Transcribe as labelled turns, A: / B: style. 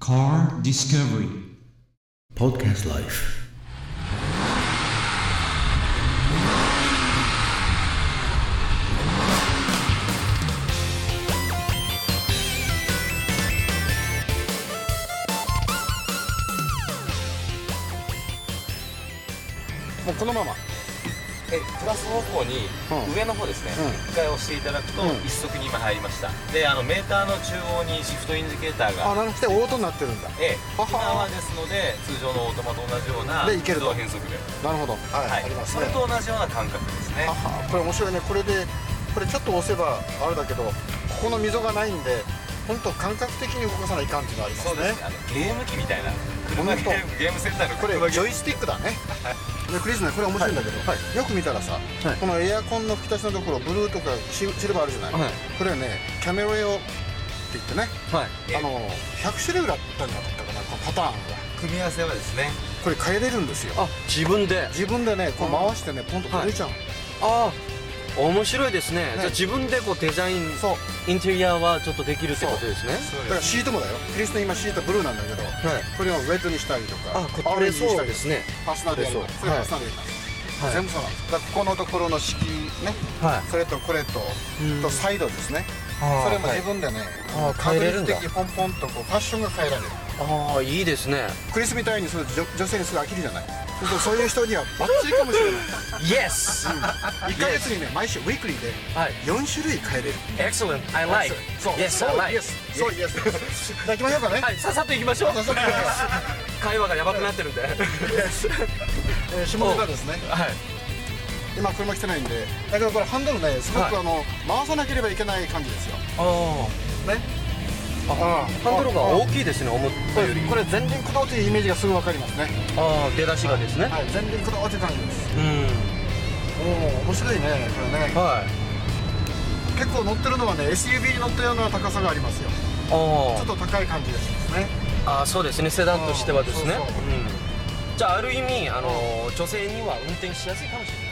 A: Car Discovery
B: Podcast Life
C: もうこのまま、
D: えプラス方向に
C: うん
D: 上の方ですね、
C: うん
D: 一回押していただくと、
C: うん
D: 一足に今入りましたであのメーターの中央にシフトインジケーターが
C: あなるほどオートになってるんだ
D: ええ
C: はは
D: 今はですので通常のオートマと同じような
C: でいける
D: 自
C: と
D: 動変速で、
C: なるほどはい、
D: はい
C: あります
D: そ
C: ね
D: れと同じような感覚ですね
C: あはこれ面白いねこれでこれちょっと押せばあれだけどここの溝がないんで本当感覚的に動かさないかんっていうのあります
D: そうです
C: ね
D: ねあのゲーム機みたいな車ゲ
C: 本
D: ームゲームセンターの
C: これ
D: 車ゲ
C: ジ
D: ーム
C: ョイスティックだねでクリスねこれ面白いんだけど、よく見たらさ、このエアコンの吹き出しのところブルーとかシシルバーあるじゃない、これねキャメロ用って言ってね、
D: ええ
C: あの100種類ぐらいあったんじゃなかったかなこのパターンが
D: 組み合わせはですね
C: これ変えれるんですよ
E: あ自分で
C: 自分でねこう回してねポンと抜いちゃうの、
E: ああ面白いですねじゃあ自分でこうデザイン
C: そう
E: インテリアはちょっとできるってことですね
C: だからシートもだよクリスの今シートブルーなんだけど、
E: はい
C: これをウェットにしたりとか
E: あこれそうですね
C: パスナでやりますそ
E: こ
C: れ
E: れ
C: パ
E: そ
C: スナ
E: う
C: でやります、
E: はい
C: 全部そうなんですだからここのところの式ね、
E: はい
C: それとこれと
E: うん
C: とサイドですね
E: あー
C: それも自分でね、
E: はいあー
C: 確
E: 変えれる
C: 率
E: んだ
C: 的にポンポンとこうファッションが変えられる
E: ああいいですね
C: クリスみたいにその女女性にすぐ飽きるじゃないそうするとそういう人にはバッチリかもしれな い
E: イエス
C: 1ヶ月にね毎週ウィークリーで
E: はい
C: 4種類変えれる
E: Excellent I like
C: そう
E: Yes
C: そう
E: I like
C: そう Yes いただきましょうかね
E: はいさっさと行きましょう
C: さっさと行きましょ
E: 会話がやばくなってるんで
C: えー下手がですね
E: はい
C: 今車来てないんでだけどこれハンドルねすごく、
E: はい
C: あの回さなければいけない感じですよね
E: ああハンドルが大きいですね思った
C: こ
E: よ
C: れ
E: り
C: これ前輪駆動というイメージがすぐ分かりますね
E: ああ出だしがですね
C: はい前輪駆動という感じです
E: うん
C: おお面白いねこれね
E: はい
C: 結構乗ってるのはね SUV に乗ったような高さがありますよちょっ
E: あ
C: と高い感じがしますね
E: あああそうですねセダンとしてはですね
C: そうそう
E: うんじゃあある意味あの女性には運転しやすいかもしれない